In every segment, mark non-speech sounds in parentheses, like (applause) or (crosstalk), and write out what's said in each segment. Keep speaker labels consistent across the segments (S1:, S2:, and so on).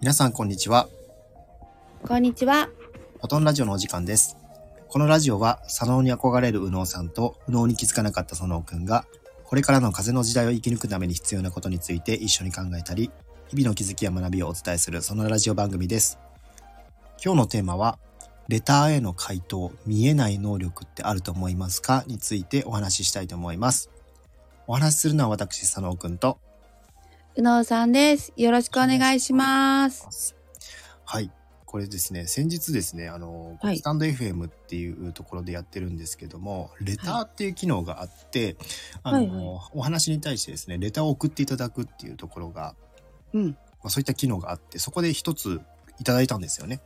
S1: 皆さんこんにちは。
S2: こんにちは。
S1: フォトンラジオのお時間です。このラジオは、左脳に憧れる右脳さんと、右脳に気づかなかった左脳くんが、これからの風の時代を生き抜くために必要なことについて一緒に考えたり、日々の気づきや学びをお伝えする、そのラジオ番組です。今日のテーマは、レターへの回答、見えない能力ってあると思いますかについてお話ししたいと思います。お話しするのは私、佐野くんと、
S2: うのうさんです。よろしくお願いします。
S1: はい。これですね、先日ですね、あの、
S2: はい
S1: スタンド FM っていうところでやってるんですけども、レターっていう機能があって、あの、お話に対してですね、レターを送っていただくっていうところが、
S2: うん。
S1: まあ、そういった機能があって、そこで一ついただいたんですよね。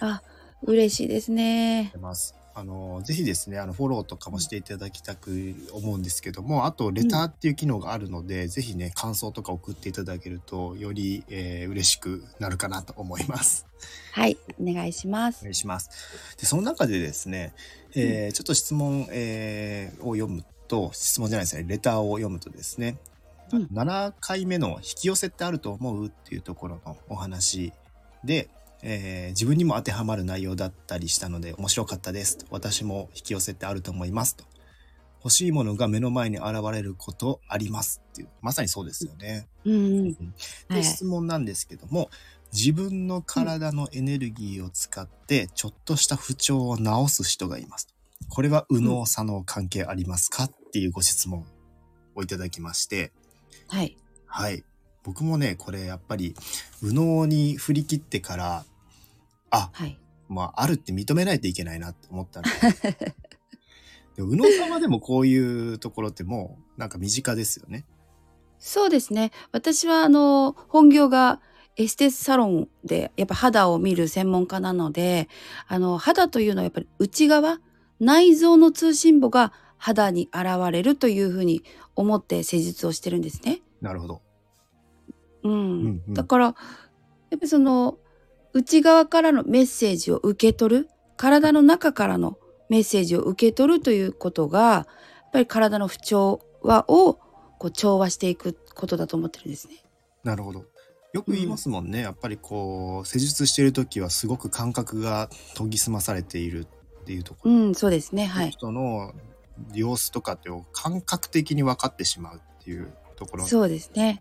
S2: あ、嬉しいですね
S1: ありがとうござ。います。あのぜひですねあのフォローとかもしていただきたく思うんですけどもあとレターっていう機能があるので、ぜひね感想とか送っていただけるとより、えー嬉しくなるかなと思います。
S2: はい、お願いしま
S1: お
S2: す。
S1: 願いします。でその中でですね、えーちょっと質問、えーを読むと質問じゃないですねレターを読むとですね、
S2: うん
S1: 7回目の引き寄せってあると思うっていうところのお話で、えー自分にも当てはまる内容だったりしたので面白かったですと私も引き寄せってあると思いますと欲しいものが目の前に現れることありますっていうまさにそうですよね。
S2: うんうん。は
S1: で
S2: い。
S1: 質問なんですけども自分の体のエネルギーを使ってちょっとした不調を治す人がいます。これは右脳左脳関係ありますかっていうご質問をいただきまして、
S2: はい。
S1: はい。僕もね、これやっぱり右脳に振り切ってから、あ、
S2: はい。
S1: まあ、あるって認めないといけないなって思ったの
S2: (laughs)
S1: で。で右脳様でもこういうところってもうなんか身近ですよね。
S2: そうですね。私はあの本業がエステサロンでやっぱ肌を見る専門家なので、あの肌というのはやっぱり内側、内臓の通信簿が肌に現れるというふうに思って施術をしてるんですね。
S1: なるほど。
S2: うん
S1: うんうん
S2: だからやっぱりその内側からのメッセージを受け取る体の中からのメッセージを受け取るということがやっぱり体の不調和をこう調和していくことだと思ってるんですね。
S1: なるほど。よく言いますもんね。やっぱりこう、施術してる時はすごく感覚が研ぎ澄まされているっていうとこ
S2: う
S1: ろ。
S2: ん、そうですね。はい。
S1: 人の様子とかってを感覚的に分かってしまうっていうところ
S2: そうですね。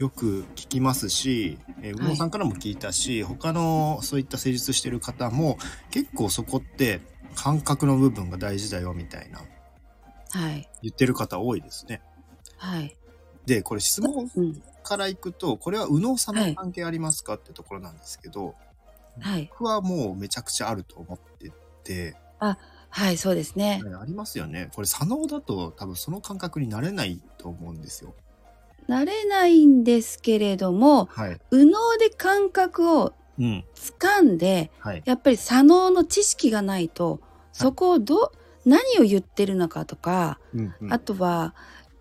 S1: よく聞きますし、えー、宇野さんからも聞いたし、他のそういった施術してる方も結構そこって感覚の部分が大事だよみたいな
S2: はい。
S1: 言ってる方多いですね。
S2: はい。
S1: で、これ質問
S2: うん。
S1: からいくと、これは右脳さん
S2: は
S1: の
S2: い
S1: 関係ありますかってところなんですけど、
S2: はい。
S1: 僕はもうめちゃくちゃあると思ってて、
S2: はい、そうですね。
S1: ありますよね。これ、左脳だと多分その感覚になれないと思うんですよ。
S2: 慣れないんですけれども、
S1: はい。
S2: 右脳で感覚を
S1: うん。
S2: 掴んで、
S1: はい。
S2: やっぱり左脳の知識がないとそこをど何を言ってるのかとか、
S1: うんうん
S2: あとは、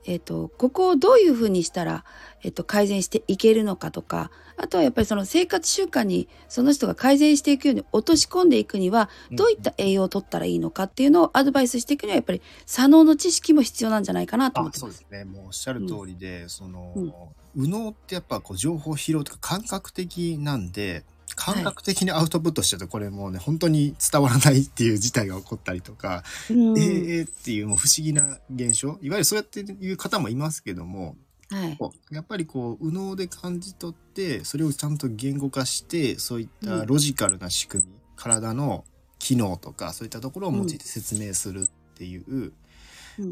S2: えっとここをどういうふうにしたら、えっと改善していけるのかとかあとはやっぱりその生活習慣にその人が改善していくように落とし込んでいくにはどういった栄養を取ったらいいのかっていうのをアドバイスしていくにはやっぱり左脳の知識も必要なんじゃないかなと思
S1: あ
S2: って
S1: そう
S2: ま。
S1: ですすね。もうおっしゃる通りで、その、
S2: うん
S1: 右脳ってやっぱこう情報疲労とか感覚的なんで、感覚的にアウトプットしちゃうと、これもうね、本当に伝わらないっていう事態が起こったりとか、
S2: うん
S1: えーえーっていうもう不思議な現象、いわゆるそうやっていう方もいますけども、
S2: はい
S1: やっぱりこう右脳で感じ取ってそれをちゃんと言語化してそういった
S2: うん
S1: ロジカルな仕組み、体の機能とかそういったところを用いて説明するっていう、
S2: うん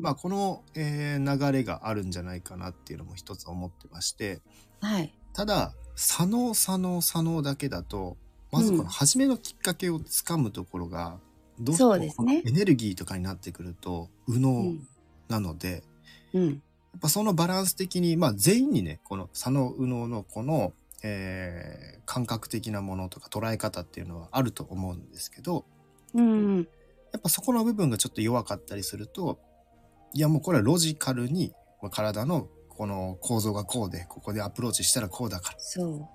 S1: まあ、この、えー流れがあるんじゃないかなっていうのも一つ思ってまして
S2: はい
S1: ただ左脳左脳左脳だけだとまずこの
S2: うん
S1: 初めのきっかけをつかむところがどう
S2: そうですね
S1: エネルギーとかになってくると右
S2: う
S1: 脳
S2: ん
S1: なので。
S2: うん
S1: やっぱそのバランス的に、まあ、全員にねこの左脳右脳のこの、えー感覚的なものとか捉え方っていうのはあると思うんですけど
S2: うん
S1: やっぱそこの部分がちょっと弱かったりするといやもうこれはロジカルにまあ体のこの構造がこうでここでアプローチしたらこうだから
S2: そ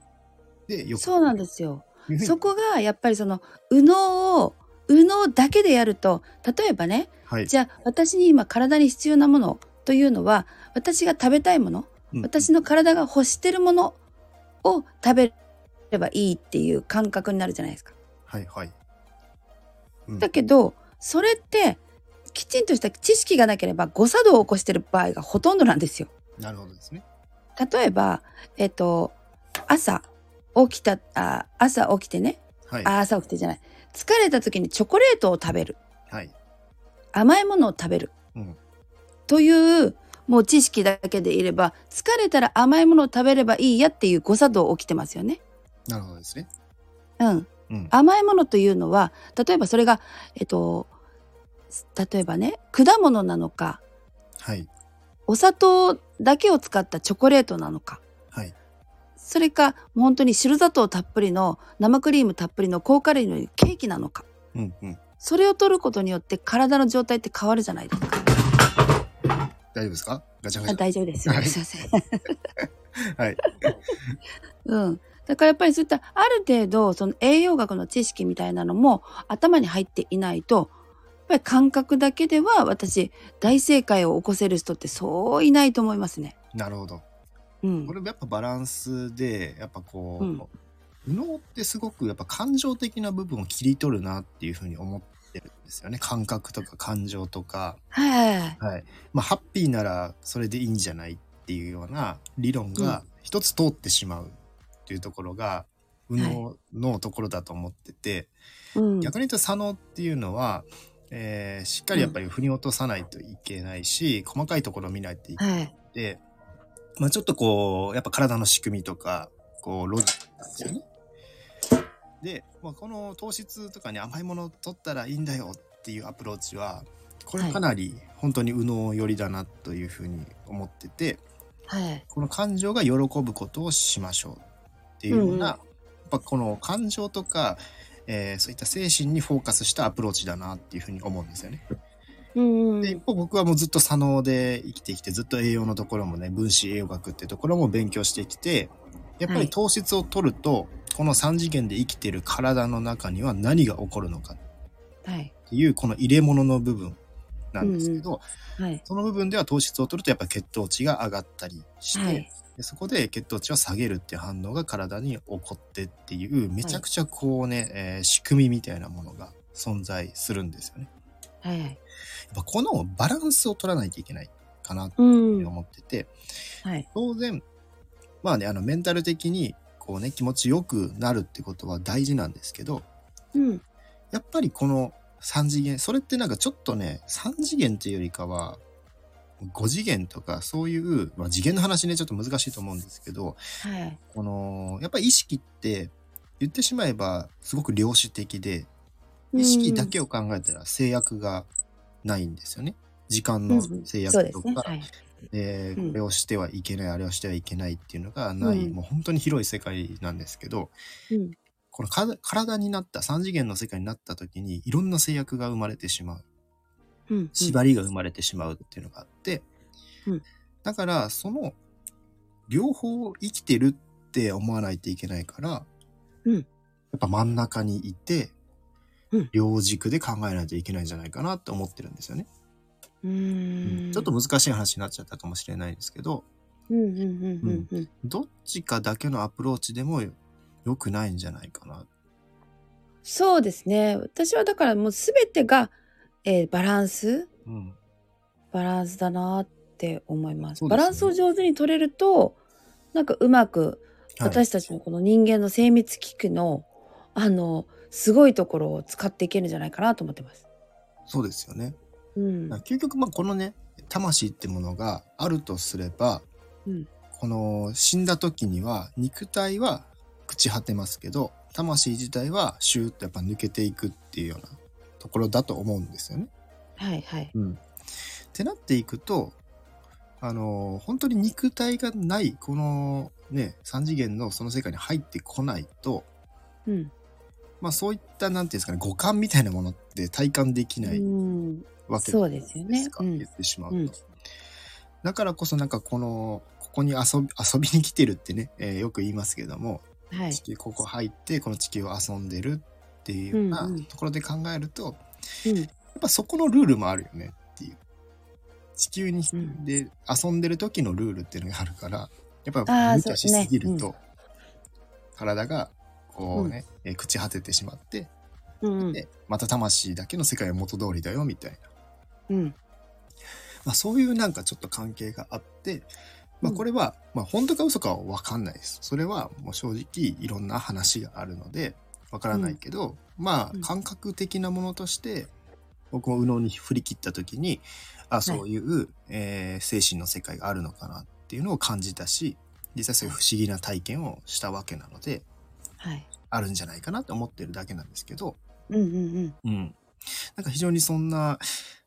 S1: で
S2: う
S1: よく
S2: そうなんですよ。
S1: いうふうに
S2: そこがやっぱりその右脳を右脳だけでやると例えばね
S1: はい
S2: じゃあ私に今体に必要なものというのは私が食べたいもの
S1: うん
S2: 私の体が欲してるものを食べればいいっていう感覚になるじゃないですか。
S1: はいはい。うん
S2: だけどそれってきちんとした知識がなければ誤作動を起こしてる場合がほとんどなんですよ。
S1: なるほどですね。
S2: 例えば、えっと、朝起きたあ朝起きてね
S1: はい。
S2: あ朝起きてじゃない疲れた時にチョコレートを食べる
S1: はい。
S2: 甘いものを食べる、
S1: うん
S2: というもう知識だけでいれば疲れたら甘いものを食べればいいやっていう誤作動起きてますよね。
S1: なるほどですね。
S2: うん、
S1: うん。
S2: 甘いものというのは例えばそれが、えっと、例えばね果物なのか
S1: はい。
S2: お砂糖だけを使ったチョコレートなのか
S1: はい。
S2: それかもう本当に白砂糖たっぷりの生クリームたっぷりの高カロリーのケーキなのか
S1: うんうん。
S2: それを取ることによって体の状態って変わるじゃないですか。
S1: 大丈夫ですかガチャガ
S2: あ
S1: チャ。
S2: 大丈夫ですよ。
S1: はい
S2: すいません。
S1: はい。
S2: うん。だからやっぱりそういったある程度その栄養学の知識みたいなのも頭に入っていないとやっぱり感覚だけでは私大正解を起こせる人ってそういないと思いますね。
S1: なるほど。
S2: うん
S1: こ。れやっぱバランスで、やっぱこう、
S2: うん
S1: 右脳ってすごくやっぱ感情的な部分を切り取るなっていうふうに思ってるんですよね。感覚とか感情とか。
S2: はいはいはい。
S1: はい。まあ、ハッピーならそれでいいんじゃないっていうような理論が一つ通ってしまうっていうところが、右脳のところだと思ってて、
S2: うん。
S1: 逆に言うと左脳っていうのは、えーしっかりやっぱり振り落とさないといけないし、細かいところを見ないといけない
S2: はい。
S1: で、まあ、ちょっとこうやっぱ体の仕組みとかこうロジックなんですよね。で、まあ、この糖質とかに甘いものを取ったらいいんだよっていうアプローチはこれ
S2: はい
S1: かなり本当に右脳寄りだなというふうに思ってて
S2: はい。
S1: この感情が喜ぶことをしましょうっていうような、
S2: うんうん
S1: やっぱこの感情とか、えーそういった精神にフォーカスしたアプローチだなっていうふうに思うんですよね。
S2: うんうん
S1: で一方僕はもうずっと左脳で生きてきてずっと栄養のところもね分子栄養学ってところも勉強してきてやっぱ
S2: は
S1: り
S2: い
S1: 糖質を取ると、この3次元で生きてる体の中には何が起こるのかっ
S2: はい。
S1: ていうこの入れ物の部分なんですけど、
S2: はい。
S1: その部分では糖質を取るとやっぱ血糖値が上がったりして、
S2: はい。
S1: でそこで血糖値を下げるっていう反応が体に起こってっていうめちゃくちゃこうね、えー仕組みみたいなものが存在するんですよね。
S2: はい。
S1: やっぱこのバランスを取らないといけないかな
S2: う
S1: って
S2: ん。
S1: 思ってて、
S2: はい。
S1: 当然まあねあのメンタル的にこうね気持ちよくなるってことは大事なんですけど
S2: うん。
S1: やっぱりこの3次元それってなんかちょっとね3次元っていうよりかは5次元とかそういう、まあ、次元の話ねちょっと難しいと思うんですけど
S2: はい。
S1: このやっぱり意識って言ってしまえばすごく量子的で意識だけを考えたら制約がないんですよね。時間の制
S2: そ
S1: 約
S2: うで
S1: と
S2: す
S1: か、
S2: ね。はい。
S1: で
S2: うん
S1: これをしてはいけない、あれをしてはいけないっていうのがない、
S2: うん
S1: もう本当に広い世界なんですけど
S2: うん。
S1: このか体になった3次元の世界になった時にいろんな制約が生まれてしまう
S2: うん。
S1: 縛りが生まれてしまうっていうのがあって、
S2: うん
S1: だからその両方生きてるって思わないといけないから、
S2: うん
S1: やっぱ真ん中にいて、
S2: うん
S1: 両軸で考えないといけないんじゃないかなって思ってるんですよね、
S2: うん。
S1: ちょっと。難しい話になっちゃったかもしれないですけど、
S2: うんうんうんうんうん。
S1: どっちかだけのアプローチでもよくないんじゃないかな。
S2: そうですね私はだからもう全てが、えーバランス
S1: うん。
S2: バランスだなって思います
S1: そうですね
S2: バランスを上手に取れるとなんかうまく
S1: はい、
S2: 私たちのこの人間の精密機器の、あのすごいところを使っていけるんじゃないかなと思ってます。
S1: そうですよね。
S2: うん、
S1: だから究極、まあ、このね、魂ってものがあるとすれば、
S2: うん
S1: この死んだ時には、肉体は朽ち果てますけど、魂自体はシューッとやっぱ抜けていくっていうようなところだと思うんですよね。
S2: はいはい。
S1: うん、ってなっていくと、あのー本当に肉体がない、このね、3次元のその世界に入ってこないと、
S2: うん。
S1: まあそういった、なんていうんですかね、五感みたいなものって体感できな
S2: う
S1: い
S2: ん、
S1: わけ
S2: そうですよね
S1: ですか
S2: うん
S1: 言ってしまうと。
S2: うん
S1: だからこそなんかこの、ここに遊び (laughs) 遊びに来てるってね、えーよく言いますけども、
S2: はい
S1: 地。球ここ入って、この地球を遊んでるっていうような
S2: うんうん
S1: ところで考えると、
S2: うん
S1: やっぱそこのルールもあるよねっていう。地球に、
S2: うん
S1: で遊んでる時のルールっていうのがあるから、やっ
S2: あ
S1: ぱ
S2: ー
S1: 無茶しすぎる
S2: そ
S1: と、体がこうね、えー朽ち果ててしまって、
S2: うん
S1: でまた魂だけの世界は元通りだよみたいな、
S2: うん
S1: まあ、そういうなんかちょっと関係があって、まあ、
S2: うん
S1: これは、まあ、本当か嘘かは分かんないですそれはもう正直いろんな話があるので分からないけど、ま
S2: う
S1: あ
S2: ん
S1: 感覚的なものとして僕も右脳に振り切った時にあそういう、えー精神の世界があるのかなっていうのを感じたし実際そういう不思議な体験をしたわけなので
S2: はい
S1: あるんじゃないかなと思ってるだけなんですけど、
S2: うんうんうん
S1: うん。なんか非常にそんな、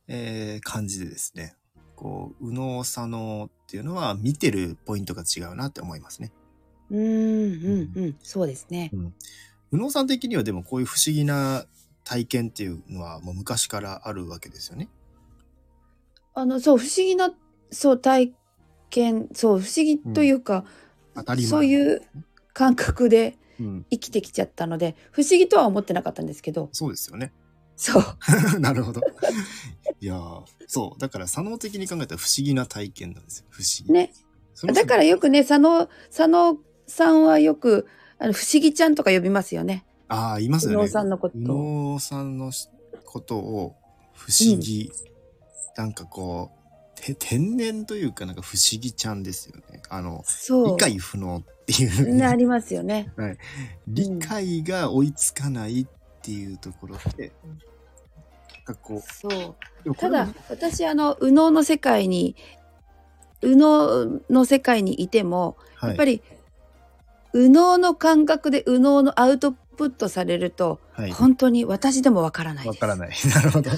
S1: えー感じでですね、こう、右脳左脳っていうのは見てるポイントが違うなって思いますね。
S2: うんうんうんそうですね
S1: 右脳さん的にはでもこういう不思議な体験っていうのはもう昔からあるわけですよね。
S2: あのそう不思議なそう体験そう不思議というか、
S1: 当たり前。
S2: そういう感覚で
S1: うん。
S2: 生きてきちゃったので不思議とは思ってなかったんですけど (laughs)
S1: そうですよね。 (laughs)
S2: そう
S1: なるほど。いやーそう。だから左脳的に考えたら不思議な体験なんですよ。不思議。
S2: ね
S1: そもそも。
S2: だからよくね佐野佐野さんはよくあの不思議ちゃんとか呼びますよね
S1: ああ、います
S2: 伊
S1: よね。
S2: 能さんのこと
S1: 右脳さんのしことを不思議、なんかこうて天然というかなんか不思議ちゃんですよねあの
S2: そ
S1: 理
S2: う
S1: 解不能っていう、
S2: ねありますよね
S1: (laughs) 理解が追いつかないっていうところで、なんかこ
S2: そう
S1: うでもこ
S2: た
S1: れ
S2: だ
S1: も
S2: 私あの右脳の世界に右脳の世界にいても
S1: はい、
S2: やっぱり右脳の感覚で右脳のアウトプットされると
S1: はい
S2: 本当に私でもわからないで
S1: わ
S2: す
S1: からない (laughs) なるほ
S2: (laughs)
S1: ど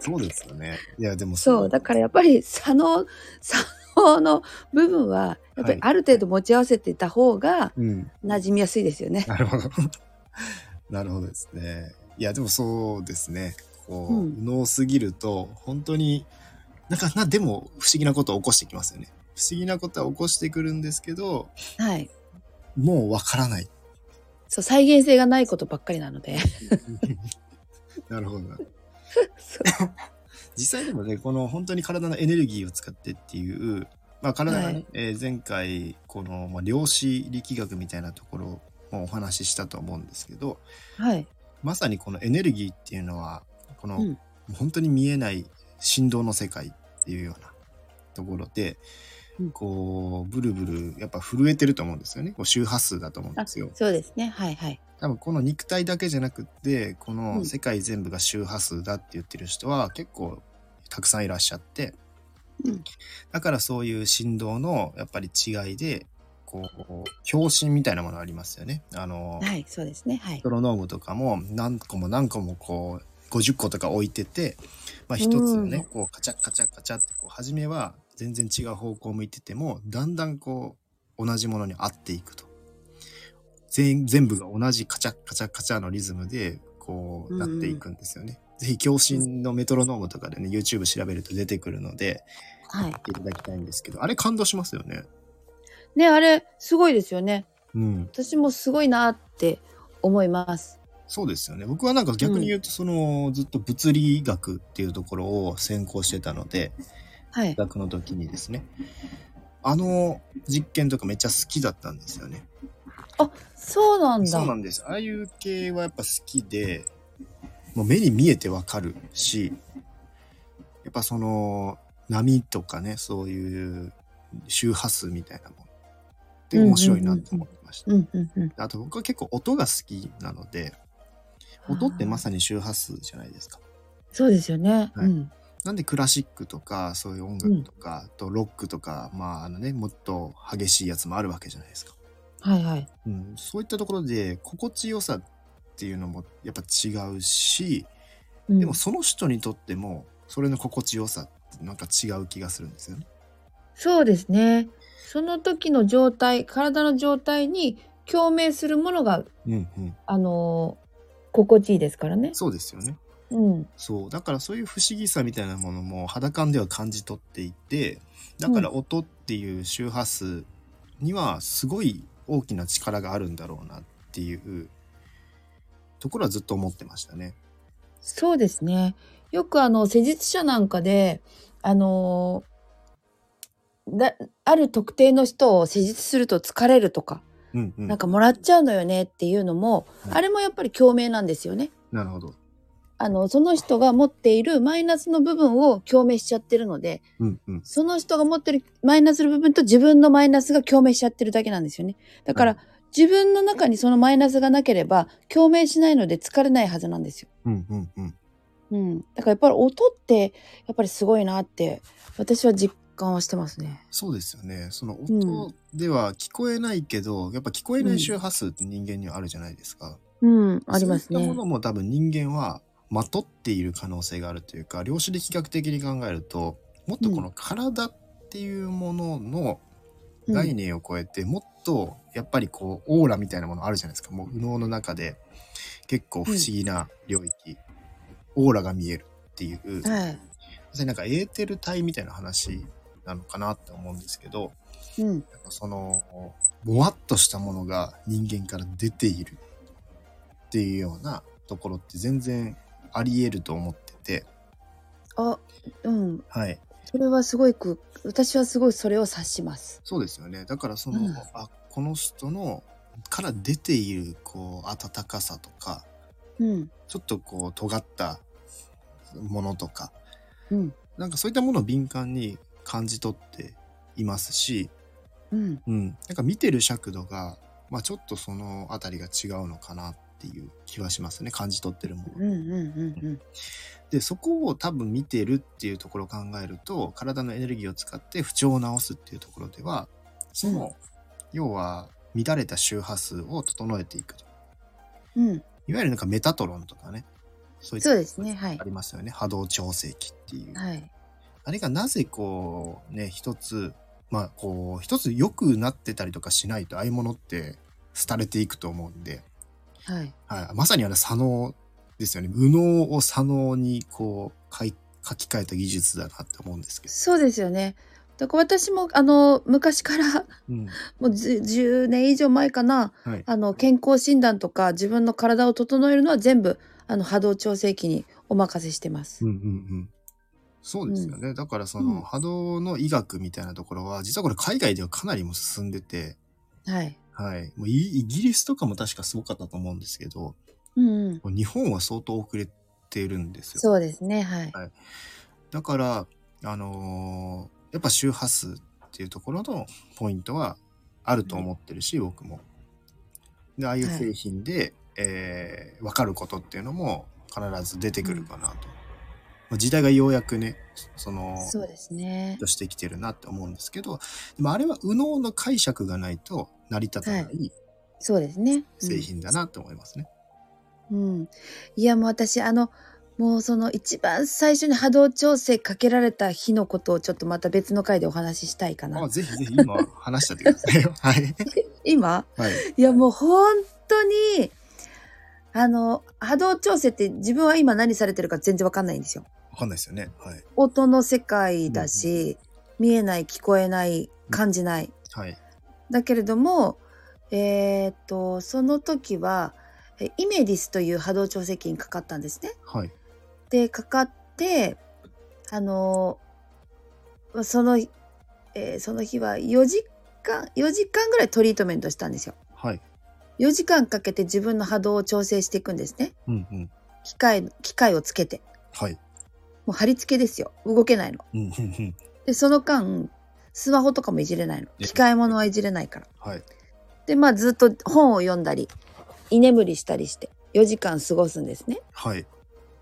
S1: そうですよねいやでも
S2: そうだからやっぱり左 (laughs) 脳左脳の部分はやっぱ
S1: は
S2: り
S1: い
S2: ある程度持ち合わせてた方が
S1: うん
S2: 馴染みやすいですよね。
S1: なるほど。 (laughs) なるほどですね。いや、でもそうですね。こう、
S2: うん
S1: 右脳すぎると、本当に、なんか、な、でも不思議なことを起こしてきますよね。不思議なことは起こしてくるんですけど、
S2: はい。
S1: もうわからない。
S2: そう再現性がないことばっかりなので。
S1: なるほどな。
S2: (laughs) そう
S1: 実際でもね、この本当に体のエネルギーを使ってっていう、まあ体がね、
S2: はい
S1: えー前回、この、まあ、量子力学みたいなところもお話ししたと思うんですけど、
S2: はい。
S1: まさにこのエネルギーっていうのはこの、
S2: うん
S1: 本当に見えない振動の世界っていうようなところで、
S2: うん
S1: こうブルブルやっぱ震えてると思うんですよねこう周波数だと思うんですよ
S2: そうですね。はいはい。
S1: 多分この肉体だけじゃなくってこ
S2: う
S1: の
S2: ん
S1: 世界全部が周波数だって言ってる人は結構たくさんいらっしゃって、
S2: うん
S1: だからそういう振動のやっぱり違いでこう共振みたいなものありますよねあの、
S2: はい。そうですね。はい
S1: メト。ロノームとかも何個も何個もこう50個とか置いてて、まあ、一つをね、
S2: うん
S1: こうカチャッカチャッカチャってこう初めは全然違う方向を向いててもだんだんこう同じものに合っていくと全全部が同じカチャッカチャッカチャのリズムでこうなっていくんですよね。ぜひ共振のメトロノームとかでね YouTube 調べると出てくるので
S2: は
S1: 見
S2: い。
S1: ていただきたいんですけどあれ感動しますよね。
S2: ねあれすごいですよね。
S1: うん、
S2: 私もすごいなって思います。
S1: そうですよね。僕はなんか逆に言うと、その、ずっと物理学っていうところを専攻してたので、
S2: はい。
S1: 学の時にですね、あの実験とかめっちゃ好きだったんですよね。
S2: そうなんだ。
S1: そうな
S2: うん
S1: です。ああいう系はやっぱ好きで、もう目に見えてわかるし、やっぱその、波とかね、そういう周波数みたいなものって面白いなって思ってました。
S2: んうんうん。
S1: あと僕は結構音が好きなので、音ってまさに周波数じゃないですか。
S2: そうですよね。
S1: はい
S2: うん。
S1: なんでクラシックとかそういう音楽とか、あとロックとかまああのねもっと激しいやつもあるわけじゃないですか、
S2: はいはい。
S1: うん、そういったところで心地よさっていうのもやっぱ違うし
S2: うん
S1: でもその人にとってもそれの心地よさってなんか違う気がするんですよね
S2: そうですね。その時の状態、体の状態に共鳴するものが、
S1: うんうん
S2: あのー心地いいですからね。
S1: そうですよね
S2: うん。
S1: そうだからそういう不思議さみたいなものも肌感では感じ取っていてだから音っていう周波数にはすごい大きな力があるんだろうなっていうところはずっと思ってましたね。
S2: そうですね。よくあの、施術者なんかで、あのーだある特定の人を施術すると疲れるとか
S1: うんうん
S2: なんかもらっちゃうのよねっていうのも、
S1: うん
S2: あれもやっぱり共鳴なんですよね。
S1: なるほど。
S2: あの、その人が持っているマイナスの部分を共鳴しちゃってるので、
S1: うんうん。
S2: その人が持ってるマイナスの部分と自分のマイナスが共鳴しちゃってるだけなんですよね。だから、自分の中にそのマイナスがなければ共鳴しないので疲れないはずなんですよ。
S1: うんうんうん。
S2: うん。だからやっぱり音ってやっぱりすごいなって私は実感はしてますね。
S1: そうですよね。その
S2: う
S1: 音では聞こえないけど、やっぱ聞こえない周波数って人間にはあるじゃないですか。
S2: うん、あります
S1: そういった
S2: ね
S1: も。のも多分人間はまとっている可能性があるというか、量子力学的に考えると、もっとこの体っていうものの
S2: う
S1: 概
S2: ん
S1: 念を超えて、もっとやっぱりこう、オーラみたいなものあるじゃないですか。もう右脳の中で結構不思議な領域、オーラが見えるっていう。
S2: は
S1: それなんかエーテル体みたいな話なのかなって思うんですけど、
S2: い。うん。
S1: なんかその、ぼわっとしたものが人間から出ているっていうようなところって全然あり得ると思ってて、
S2: あ、うん。
S1: はい。
S2: それはすごいく、私はすごいそれを察します。
S1: そうですよね。だからその、
S2: うん
S1: あ、この人のから出ているこう、温かさとか、
S2: うん。
S1: ちょっとこう、尖ったものとか、
S2: うん。
S1: なんかそういったものを敏感に感じ取っていますし、
S2: うん。
S1: うん、なんか見てる尺度が、まあ、ちょっとその辺りが違うのかなっていう気はしますね感じ取ってるも
S2: うん。う
S1: の。
S2: ん。うん。
S1: でそこを多分見てるっていうところを考えると体のエネルギーを使って不調を治すっていうところではその、
S2: うん
S1: 要は乱れた周波数を整えていくと
S2: うん。うん。
S1: いわゆるなんかメタトロンとかねそういった
S2: そうですね。はい
S1: あ。りますよね波動調整器っていう。
S2: はい。
S1: あれがなぜこうね一つまあこう一つ良くなってたりとかしないとああいうものって廃れていくと思うんで、
S2: はい。
S1: はい、まさにあれ左脳ですよね右脳を左脳にこう書い書き換えた技術だなって思うんですけど、
S2: そうですよね。だから私も、あの、昔から、 (laughs)
S1: うん、
S2: もうじ10年以上前かな、
S1: はい
S2: あの、健康診断とか、自分の体を整えるのは全部、あの、波動調整器にお任せしてます
S1: うんう。んうんそうですよね、だからそ
S2: うん
S1: の波動の医学みたいなところは実はこれ海外ではかなりもう進んでて、
S2: はい。
S1: はい、もうイイギリスとかも確かすごかったと思うんですけど
S2: うん、うん。
S1: もう日本は相当遅れてるんですよ。
S2: そうですね。はい。
S1: だから、あのーやっぱ周波数っていうところのポイントはあると思ってるし、僕も。で、ああいう
S2: はい
S1: 製品で、え分かることっていうのも必ず出てくるかなと。まあ時代がようやくね、その、
S2: そうですね。
S1: としてきてるなって思うんですけど、でもあれは右脳の解釈がないと成り立たな
S2: はいそうですね。うん
S1: 製品だなって思いますね。
S2: うん、いやもう私あのもうその一番最初に波動調整かけられた日のことをちょっとまた別の回でお話ししたいか
S1: あ
S2: な。
S1: ぜひぜひ今話しちゃってくだ
S2: (laughs)
S1: さいよ。はい。
S2: 今 (laughs)
S1: はい。
S2: いやもう本当にあの波動調整って自分は今何されてるか全然わかんないんですよ。
S1: わかんないですよね。はい。
S2: 音の世界だし、見えない聞こえない感じない。
S1: はい。
S2: だけれどもえーっとその時はえイメディスという波動調整器にかかったんですね。
S1: はい。
S2: でかかってあのまあその,、えーその日は4時間4時間ぐらいトリートメントしたんですよ
S1: はい。
S2: 4時間かけて自分の波動を調整していくんですね
S1: うんうん。
S2: 機械機械をつけて
S1: はい。
S2: もう貼り付けですよ動けないの
S1: うんうんうん。
S2: でその間スマホとかもいじれないの
S1: え
S2: 機械ものはいじれないから
S1: はい。
S2: でまあずっと本を読んだり居眠りしたりして4時間過ごすんですね
S1: はい。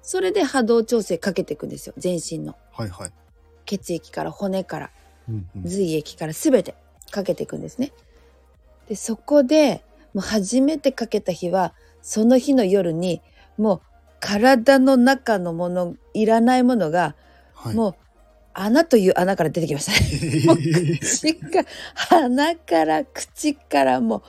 S2: それで波動調整かけていくんですよ全身の
S1: はいはい。
S2: 血液から骨から
S1: うんうん。
S2: 髄液から全てかけていくんですね。でそこでもう初めてかけた日はその日の夜にもう体の中のものいらないものが、
S1: はい。 (laughs)
S2: もう穴という穴から出てきましたね。もう口から鼻から口からも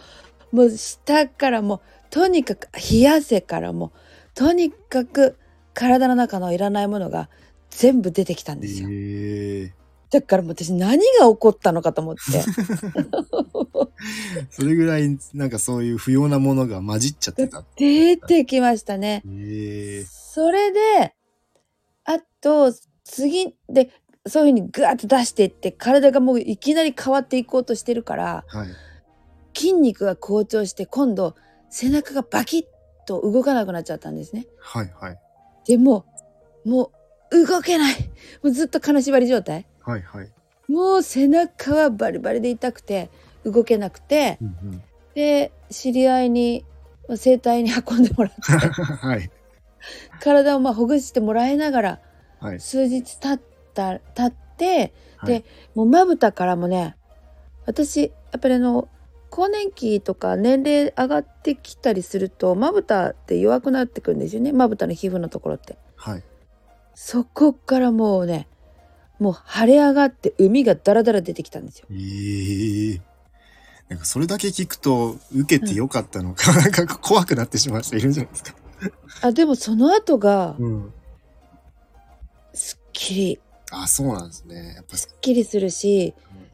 S2: うもう舌からもうとにかく冷や汗からもうとにかく体の中のいらないものが全部出てきたんですよ。
S1: ええ
S2: だからもう私何が起こったのかと思って。
S1: それぐらい、なんかそういう不要なものが混じっちゃってた。
S2: 出てきましたね。
S1: ええ
S2: それで、あと、次で、そういうふうにグワッと出していって、体がもういきなり変わっていこうとしてるから、
S1: はい。
S2: 筋肉が好調して今度背中がバキッと動かなくなっちゃったんですね。
S1: はいはい。
S2: でもうもう動けないもうずっと金縛り状態
S1: はいはい。
S2: もう背中はバリバリで痛くて動けなくて
S1: うんうん。
S2: で知り合いにまあ整体に運んでもらっ
S1: (laughs)
S2: て
S1: はい。
S2: 体をまあほぐしてもらいながら
S1: はい。
S2: 数日経った経って
S1: はい
S2: で、もうまぶたからもね私やっぱりあの更年期とか年齢上がってきたりするとまぶたって弱くなってくるんですよねまぶたの皮膚のところって。
S1: はい。
S2: そこからもうねもう腫れ上がって海がダラダラ出てきたんですよ。
S1: ええなんかそれだけ聞くと、受けてよかったのか、なんか怖くなってしまう人いるんじゃないですか。
S2: あでもその後が
S1: うん。
S2: すっきり
S1: あ、そうなんですね。やっぱ
S2: すっきりするし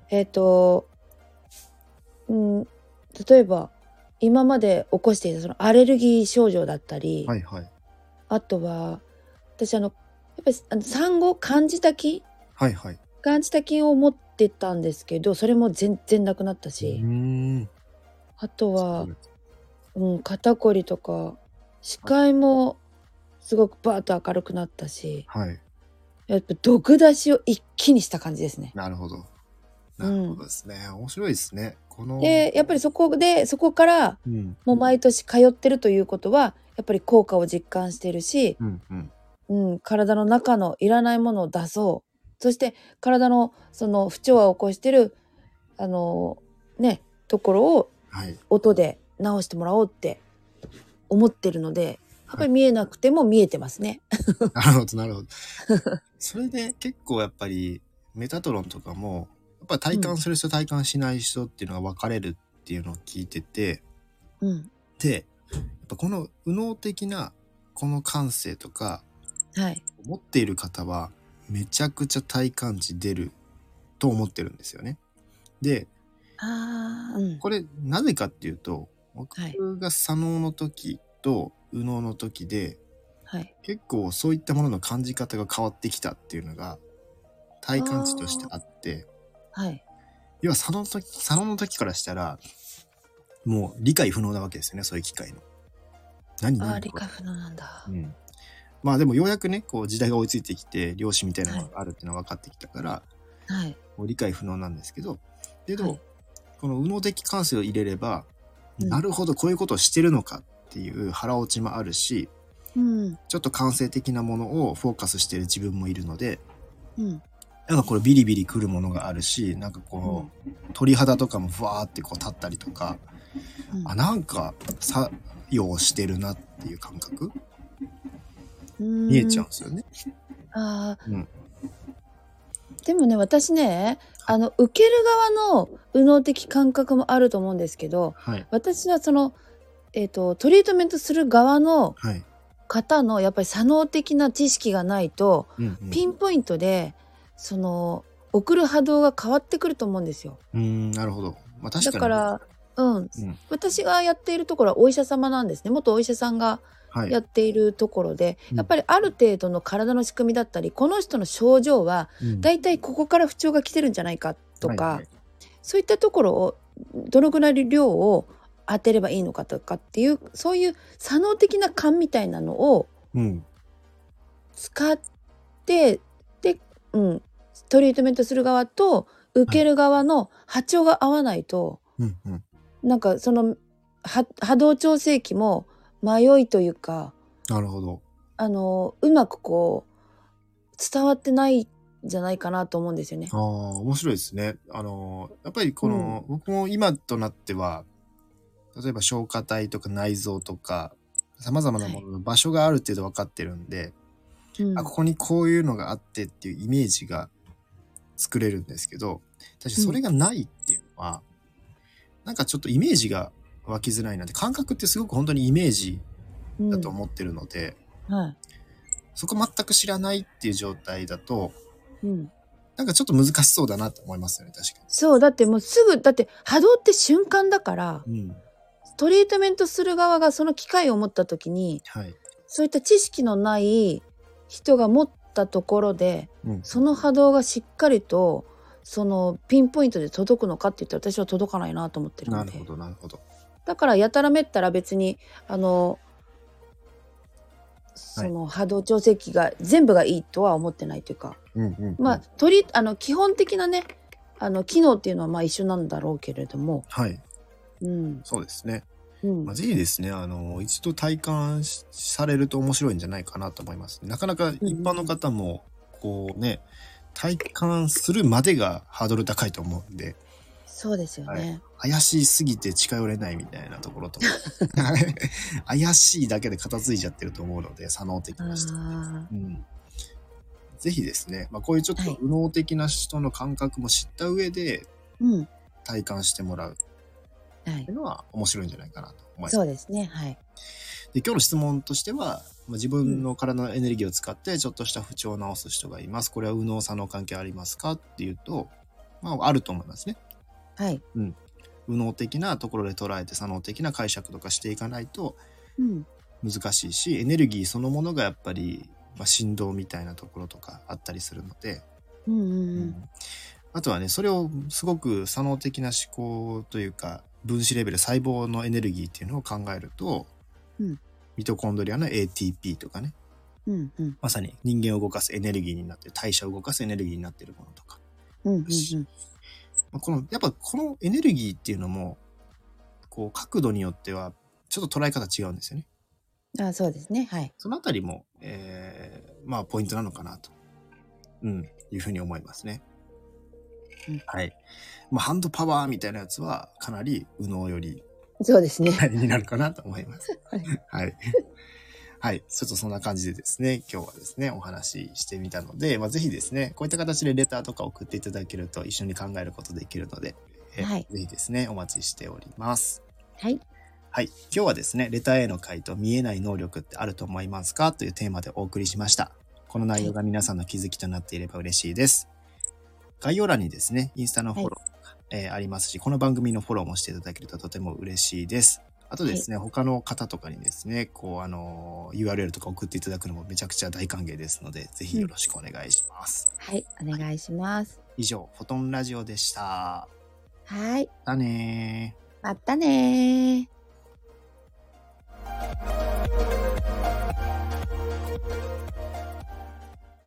S2: えっ、とうん例えば今まで起こしていたそのアレルギー症状だったり、
S1: はいはい。
S2: あとは私あのやっぱりあの産後感じた菌
S1: はいはい。
S2: 感じた菌を持ってたんですけどそれも全然なくなったし、
S1: ん。
S2: あとは
S1: そう、
S2: うん、肩こりとか視界もすごくバーッと明るくなったし
S1: はい。
S2: やっぱ毒出しを一気にした感じですね。
S1: なるほど。
S2: う
S1: なんるほどですね。面白いですね。この。
S2: でやっぱりそこでそこから
S1: うん。
S2: もう毎年通ってるということはやっぱり効果を実感してるし、
S1: うんうん。
S2: うん、体の中のいらないものを出そうそして体のその不調和を起こしてるあのねところを
S1: はい。 (laughs)
S2: 音で直してもらおうって思ってるのでやっぱり見えなくても見えてますね。
S1: なるほど、なるほど。
S2: (laughs)
S1: それで結構やっぱりメタトロンとかも、やっぱ体感する人、体感しない人っていうのが分かれるっていうのを聞いてて、
S2: うん、
S1: で、やっぱこの右脳的なこの感性とか、
S2: はい、
S1: 持っている方はめちゃくちゃ体感値出ると思ってるんですよね。で、
S2: あー、うん、
S1: これなぜかっていうと、僕
S2: はい
S1: が左脳の時と右脳の時で、
S2: はい
S1: 結構そういったものの感じ方が変わってきたっていうのが体感値としてあって
S2: はい
S1: 要は佐野の時佐野の時からしたらもう理解不能なわけですよねそういう機会の。何
S2: あー
S1: 何
S2: 理
S1: これ
S2: 解不能なんだ
S1: う。ん、まあでもようやくねこう時代が追いついてきて漁師みたいなものがあるっていうのは分かってきたから、
S2: はい
S1: もう理解不能なんですけどけど、
S2: はい
S1: この右脳的感性を入れれば、
S2: うん
S1: なるほどこういうことをしてるのかっていう腹落ちもあるし
S2: うん
S1: ちょっと感性的なものをフォーカスしてる自分もいるので
S2: うん
S1: なんかこれビリビリくるものがあるしなんかこう鳥肌とかもふわーってこう立ったりとか
S2: うん
S1: あなんか作用してるなっていう感覚見えちゃうんですよね。
S2: あー
S1: うん
S2: でもね私ねあの受ける側の右脳的感覚もあると思うんですけど
S1: はい
S2: 私はその、えー、とトリートメントする側の
S1: はい。
S2: 方のやっぱり左脳的な知識がないと
S1: うんうん
S2: ピンポイントでその送る波動が変わってくると思うんですよ。
S1: うんなるほど。まあ確かにね
S2: だから、うん
S1: ん
S2: 私がやっているところはお医者様なんですね元お医者さんが
S1: はい
S2: やっているところで、
S1: うん
S2: やっぱりある程度の体の仕組みだったりこの人の症状は
S1: うん
S2: 大体ここから不調が来てるんじゃないかとか、
S1: はいはい
S2: そういったところをどのぐらいの量を当てればいいのかとかっていうそういう作能的な勘みたいなのを
S1: うん
S2: 使ってで、うん、トリートメントする側と受ける側の波長が合わないと、
S1: うんうん
S2: なんかそのは波動調整器も迷いというか
S1: なるほど。
S2: あのうまくこう伝わってないんじゃないかなと思うんですよね
S1: あ。あ面白いですね。あのやっぱりこの、僕も今となっては例えば消化体とか内臓とかさまざまなものの場所がある程度分かってるんで、
S2: うん
S1: あここにこういうのがあってっていうイメージが作れるんですけど確かにそれがないっていうのは、なんかちょっとイメージが湧きづらいなって感覚ってすごく本当にイメージだと思ってるので、
S2: うんはい
S1: そこ全く知らないっていう状態だと
S2: うん
S1: なんかちょっと難しそうだなと思いますよね確か
S2: そうだってもうすぐだって波動って瞬間だから
S1: に。うん
S2: トリートメントする側がその機会を持った時に
S1: はい
S2: そういった知識のない人が持ったところで
S1: うん
S2: その波動がしっかりとそのピンポイントで届くのかって言ったら私は届かないなと思ってる
S1: な
S2: の
S1: る
S2: で
S1: ほど、なるほど。
S2: だからやたらめったら別にあのその波動調整器が全部がいいとは思ってないというか、
S1: うんうんうん。
S2: まあ取りあの基本的なねあの機能っていうのはまあ一緒なんだろうけれども、
S1: はい、
S2: うん
S1: そうですね。
S2: うん
S1: まあ、ぜひですね、あの、一度体感しされると面白いんじゃないかなと思います。なかなか一般の方も、こうね、体感するまでがハードル高いと思うんで、
S2: そうですよね、
S1: 怪しすぎて近寄れないみたいなとこ
S2: (laughs)
S1: ろと、怪しいだけで片付いちゃってると思うので、左脳的な人って。
S2: あ
S1: うんぜひですね、まあ、こういうちょっ
S2: は
S1: と
S2: い
S1: 右脳的な人の感覚も知った上で
S2: ーうん
S1: 体感してもらうっ
S2: はい
S1: ていうのは面白いんじゃないかなと思います。
S2: そうですねはい
S1: で今日の質問としては、まあ、自分の体のエネルギーを使ってちょっとした不調を治す人がいます。これは右脳左脳関係ありますかっていうと、まあ、あると思いますね。
S2: はい
S1: 右脳的なところで捉えて左脳的な解釈とかしていかないと
S2: うん
S1: 難しいし、エネルギーそのものがやっぱり、まあ、振動みたいなところとかあったりするので、
S2: うんうん
S1: あとはね、それをすごく左脳的な思考というか、分子レベル、細胞のエネルギーっていうのを考えると、
S2: うん
S1: ミトコンドリアの ATP とかね、
S2: うんうんうん
S1: まさに人間を動かすエネルギーになって、代謝を動かすエネルギーになっているものとか、
S2: うんうんうん
S1: まあこの、やっぱこのエネルギーっていうのも、こう、角度によっては、ちょっと捉え方違うんですよね。
S2: あそうですねはい
S1: そのあたりも、えー、まあ、ポイントなのかなと、うん、いうふうに思いますね。
S2: うん
S1: はい。まあ、ハンドパワーみたいなやつは、かなり、右脳より、
S2: そうですね
S1: 左になるかなと思います。
S2: はい
S1: はい。はい。ちょっとそんな感じでですね、今日はですね、お話ししてみたので、まあ、ぜひですね、こういった形でレターとか送っていただけると、一緒に考えることできるので、えー
S2: はい
S1: ぜひですね、お待ちしております。
S2: はい
S1: はい。今日はですね、レターへの回答、見えない能力ってあると思いますかというテーマでお送りしました。この内容が皆さんの気づきとなっていれば嬉しいです。概要欄にですね、インスタのフォロー、えーありますし、この番組のフォローもしていただけるととても嬉しいです。あとですね、他の方とかにですね、こう、あのー URL とか送っていただくのもめちゃくちゃ大歓迎ですので、ぜひよろしくお願いします。
S2: はいお願いします
S1: 以上、フォトンラジオでした。
S2: はい
S1: だねー。
S2: またねー